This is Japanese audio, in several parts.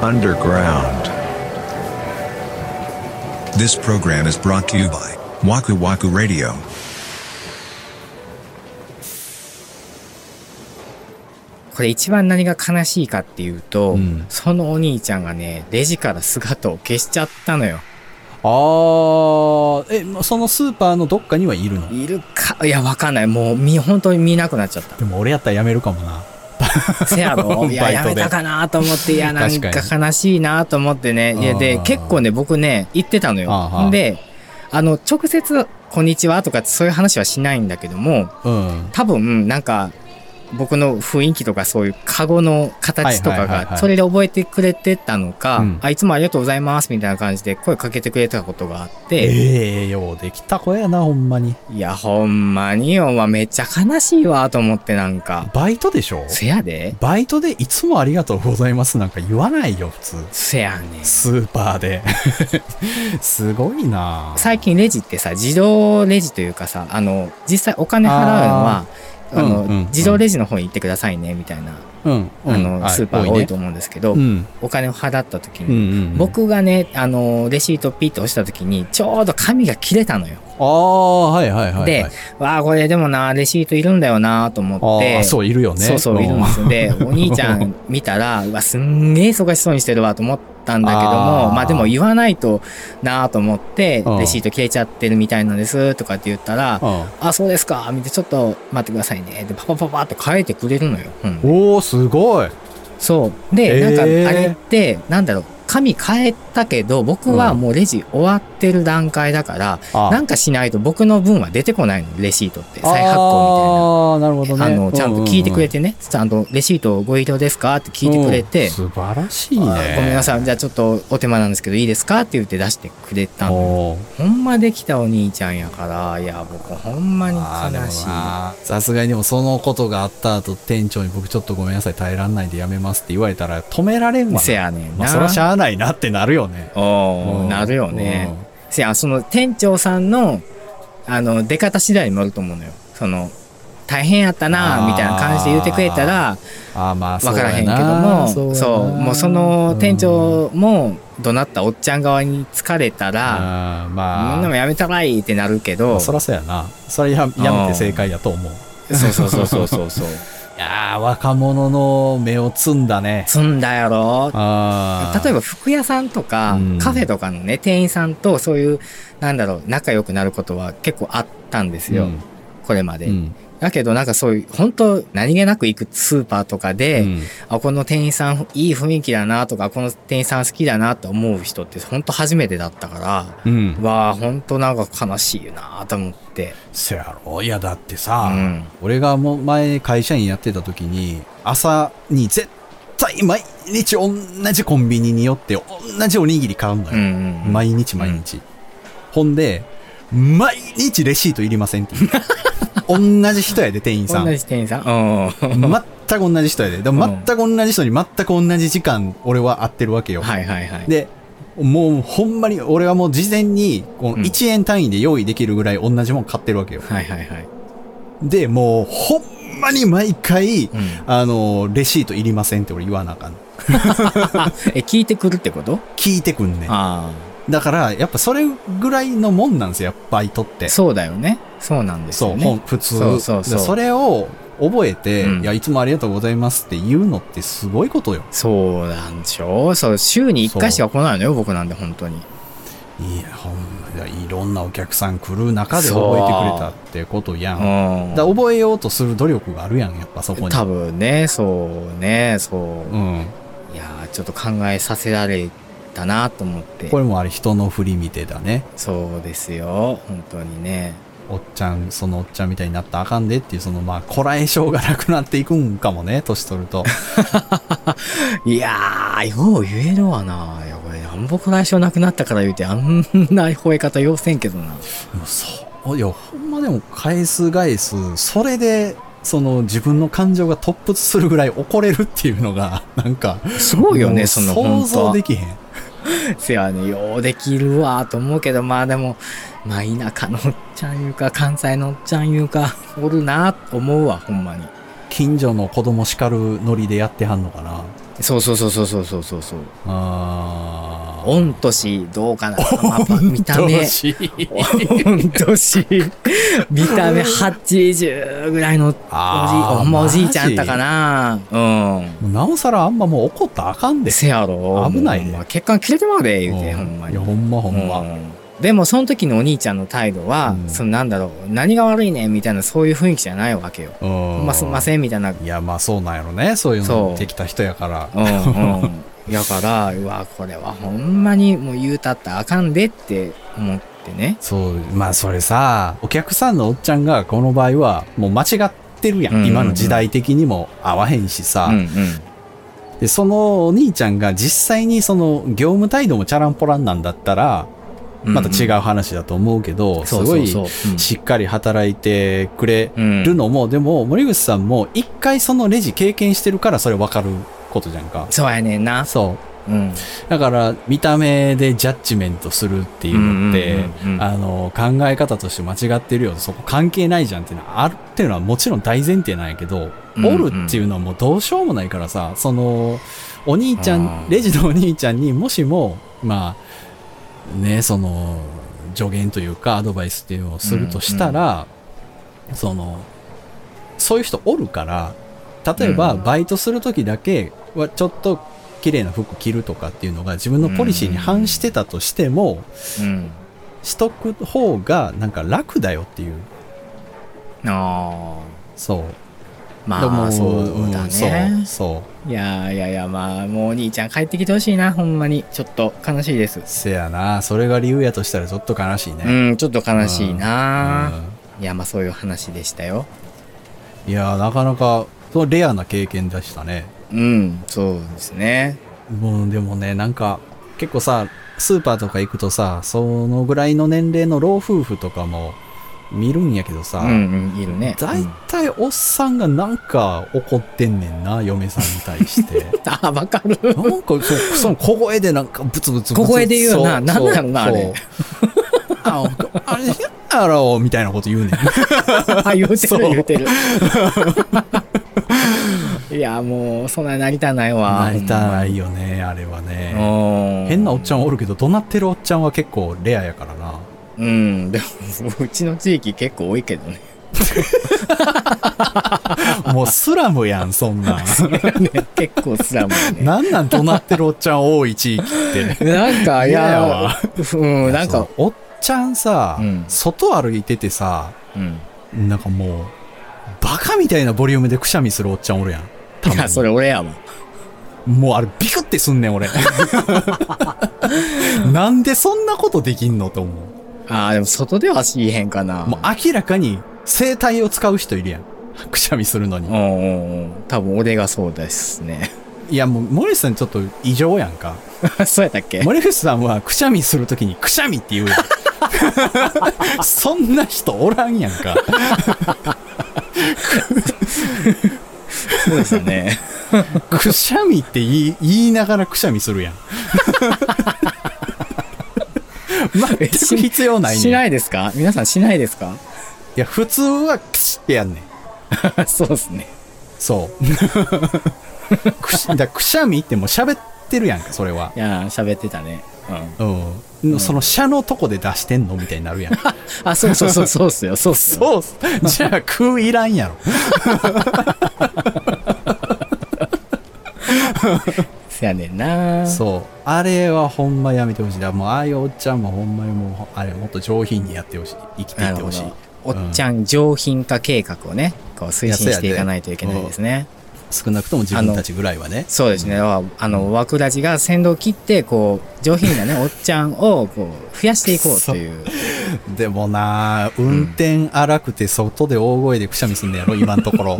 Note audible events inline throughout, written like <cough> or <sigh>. underground. This program is brought to you by Waku Waku Radio. これ一番何が悲しいかっていうと、うんそのお兄ちゃんがね、レジから姿を消しちゃったのよ。あー、え、もうそのスーパーのどっかにはいるのいるか、いや、わかんない。もう、み、本当に見なくなっちゃった。でも俺やったらやめるかもな。せやろいや、 <laughs> バイやトでめたかなと思って、いや、なんか確か悲しいなと思ってね。いや、であー、結構ね、僕ね、言ってたのあーはよ。ーで、あの、直接、こんにちはとか、そういう話はしないんだけども、うん。多分、なんか、僕の雰囲気とかそういうカゴの形とはかいはいはいはがいそれで覚えてくれてたのか、うんあいつもありがとうございますみたいな感じで声かけてくれたことがあって、ええようできた子やな、ほんまに。いやほんまによ、まあ、めっちゃ悲しいわと思ってなんか、バイトでしょせやでバイトでいつもありがとうございますなんか言わないよ、普通。せやねん。スーパーで。 <laughs> すごいな最近レジってさ、自動レジというかさ、あの、実際お金払うのは、あーあの、うんうんうん自動レジの方に行ってくださいね、みたいな、うん。うんあの、はいスーパー多いと思うんですけど、多いねお金を払った時うん。うに、んうん。僕がね、あの、レシートピッと押した時に、ちょうど紙が切れたのよ。ああ、はいはいはいはい。で、わあ、これでもな、レシートいるんだよな、と思あって。あ、そう、いるよね。そうそう、いるんですよ。で、お兄ちゃん見た <laughs> ら、うわ、すんげえ忙しそうにしてるわと思ったんだけども、あーまあでも言わないとなぁと思って、うんレシート消えちゃってるみたいなんですとかって言ったら、うん。あ、そうですか、見てちょっと待ってくださいね。で、パパパパって変えてくれるのよ。うん、おー、すごい。そう。で、えーなんかあれって、なんだろう、紙変えたけど、僕はもうレジ終わってる段階だから、あなんかしないと僕の分は出てこないの、レシートって。再発行みたいな。ああ、なるほどね。あのちゃんと聞いてくれて、てね、ちゃんとレシートをご移動ですかって聞いてくれうてん、素晴らしいあね。ごめんなあさい、じゃあちょっとお手間なんですけどいいですかって言って出してくれたの。おーほんまできたお兄ちゃんやから、いや、僕ほんまにあーでも悲しい。なさすがにでもそのことがあった後店長に僕ちょっとごめんなさい耐えらんないでやめますって言われたら止められんわなせやねんな。まあそれはしゃあないなってなるよねおうーんなるよね。せや、その店長さんの、あの、出方次第にもあると思うのよ。その、大変やったな、あーみたいな感じで言ってくれたら、あーまあそわうからへやんけどなもそうもうその店長も怒鳴ったおっちゃん側に疲れたらあみんなまもあやめたらいいってなるけど、まあそらそうやなそれややめて正解やと思う <laughs> そうそうそうそうそう <laughs> そういやー若者の目を摘んだね積んだやろあ例えばば服屋さんとかうんカフェとかのね店員さんとそういうなんだろう仲良くなることは結構あったんですよ、これまで、だけどなんかそういう本当何気なく行くスーパーとかで、あこの店員さんいい雰囲気だなとかこの店員さん好きだなと思う人って本当初めてだったからうんわあ、ほんとなんか悲しいなと思って。せやろいやだってうさ、ん。俺がもう前会社員やってた時に朝に絶対毎日同じコンビニに寄って同じおにぎり買ううんうのよ、んうん。毎日毎日、ほんで毎日レシートいりませんって言う <laughs> 同じ人やで店員さん同じ店員さんうん。全く同じ人やででもうん全く同じ人に全く同じ時間俺は会ってるわけよ、はいはいはい。でもうほんまに俺はもう事前にこうんの1円単位で用意できるぐらい同じもん買ってるわけよ、はいはいはい。でもうほんまに毎回、うん。あの、レシートいりませんって俺言わなあかんの。あ、え、聞いてくるってこと聞いてくんねん。あだから、やっぱそれぐらいのもんなんですよ、やっぱバイトって。あ。そうだよね。そうなんですそよう、ね。ほん普通。そうそうそうだかられを覚えて、うんいや、いつもありがとうございますって言うのってすごいことよ。そうなんでしょう。そう、週に1回しか来ないのよ、僕なんて本当に。いや、ほんまいろんなお客さん来る中で覚えてくれたってことや。うんん。だから覚えようとする努力があるやん、やっぱそこに。多分ね、そうね、そうう。ん。いやーちょっと考えさせられたなと思ってこ。れもあれ人の振り見てだね。そうですよ。本当にね。おっちゃん、そのおっちゃんみたいになったらあかんでっていう、そのまあ、こらえ性がなくなっていくんかもね、年取 <laughs> ると。いやー、よう言えるわな。いや、これ、なんぼこ来性なくなったから言うて、あんな吠え方要せんけどな。でもそう、いや、ほんまでも返す返す、それで、その自分の感情が突発するぐらい怒れるっていうのが、 <laughs> なんか、すごいよもね、うその、想本当像はできへん。せやね、ようできるわ、と思うけど、まあでも、まあ、田舎のおっちゃんいうか、関西のおっちゃんいうか、 <laughs> おるな、と思うわ、ほんまに。近所の子供叱るノリでやってはんのかな。そうそうそうそうそうそうそうそうあー御年どうかな、まあまあ見たど目うし御年見た目80ぐらいのおじあーおまあおじいちゃんやったかなうんもうなおさらあんまもう怒ったらあかんでせやろ危ないねもうほんま血管切れてまうで言うてうほんまいにやほんまほんま、うんでもその時のお兄ちゃんの態度は、うんそのなんだろう何が悪いねんみたいなそういう雰囲気じゃないわけよ、うんまあすんませんみたいなうんいやまあそうなんやろねそういうそのうできた人やから <laughs> うんだからうわこれはほんまにもう言うたったらあかんでって思ってねそうまあそれさお客さんのおっちゃんがこの場合はもう間違ってるやん、うんうんうん今の時代的にも合わへんしさ、うんうんでそのお兄ちゃんが実際にその業務態度もチャランポランなんだったらまた違う話だと思うけど、すそうごそういそううんしっかり働いてくれうんるのも、でも森口さんも一回そのレジ経験してるからそれ分かることじゃんか。そうやねんなそううんだから見た目でジャッジメントするっていうのって、うんうんうんうんあの考え方として間違ってるよそこ関係ないじゃんっていうのはあるっていうのはもちろん大前提なんやけど、うんうんおるっていうのはもうどうしようもないからさそのお兄ちゃあんーレジのお兄ちゃんにもしもまあねその助言というかアドバイスっていうのをするとしたら、そのそういう人おるから例えばうんバイトする時だけはちょっと綺麗な服着るとかっていうのが自分のポリシーに反してたとしても、うんしとく方がなんか楽だよっていう。あそう。あまあそうだんそうねそういやいやいやまあもうお兄ちゃん帰ってきてほしいなほんまにちょっと悲しいですせやな。それが理由やとしたらちょっと悲しいね。うんちょっと悲しいうんな、いやまあそういう話でしたよいやーなかなか、そのレアな経験でしたね。うんそうですねもうでもね、なんか、結構さ、スーパーとか行くとさ、そのぐらいの年齢の老夫婦とかも見るんやけどさ、うんうんいるね大うん体おっさんがなんか怒ってんねんな、嫁さんに対 <laughs> して。あーわかるなんかそう、その小声でなんかブツブツブツ小声で言うなそうなんなんやろなそう <laughs> そうああれ、変やろみたいなこと言うねん。あ言うてそうる言うてる <laughs> いやもうそんななりたないわ泣いたらいいよね、あれはね。変変なおっちゃんはおるけど、怒鳴ってるおっちゃんは結構レアやか <laughs> らな。うん、でも、うちの地域結構多いけどね。 <laughs> もうスラムやん、そ <laughs> んなん。結構スラムやね。なんなん怒鳴ってるおっちゃん多い地域って。なんか、い嫌ややわ、うん、なんそかう、、おっちゃんさ、うん外歩いててさ、うん。なんかもう、バカみたいなボリュームでくしゃみするおっちゃんおるやん。たまいにや、それ俺やわ。もうあれビクってすん <laughs> ねん、俺。なんでそんなことできんのと思う。ああ、でも外ではしいへんかな。もう明らかに声帯を使う人いるやん。くしゃみするのにう。んうんうん。多分俺がそうですね。 <laughs> いやもう、モリスさんちょっと異常やんか。そうやったっけモリフスさんはくしゃみするときにくしゃみって言うやん。 <laughs> そんな人おらんやんか。そうですよ <laughs> ね。くしゃみって言い言いながらくしゃみするや <laughs> ん。全く必要ないしねん。ないいですか皆さんしないですかや、普通はくしってやんね <laughs> ん。そうですね。そう。 <laughs> くしだくしゃみってもう喋ってるやんか、それは。いやー、喋ってたね。うん。うん。その、しゃのとこで出してんのみたいになるやん。あ、そうそう <laughs> そう、そうっすよ、そうっすよ。 <laughs> そうっす。 <laughs> じゃあ、空いらんやろ。せやねんな。そう。あれはほんまやめてほしい。だからもう、ああいうおっちゃんもほんまにもう、あれ、もっと上品にやってほしい。生きていなっるてほほしいど。。おっちゃん上品化計画をね、こう推進していかないといけないですね。少なくとも自分たちぐらいはね。そうですね。あの、枠立ちが先導を切って、こう、上品なね、おっちゃんを、こう、増やしていこうという。でもなあ運転荒くて外で大声でくしゃみすんのやろ、今んとこ <laughs> ろ。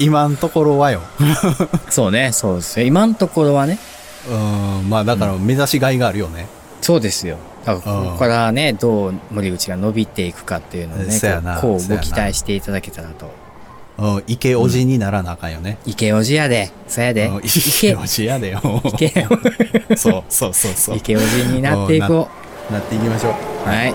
今んところはよ。そうね、そうですね。今のところはね、うん、まあだから目指しがいがあるよね。そうですよ。だから、うんここからね、どう森口が伸びていくかっていうのをねそうやな、こう、そうごやな期待していただけたらと。うん、池おじにならなあかんよね。池おじやで、そやでうん、池池お、じやでよ。池、そうそうそうそう。池おじになっていこなっていきましょう。う。はい。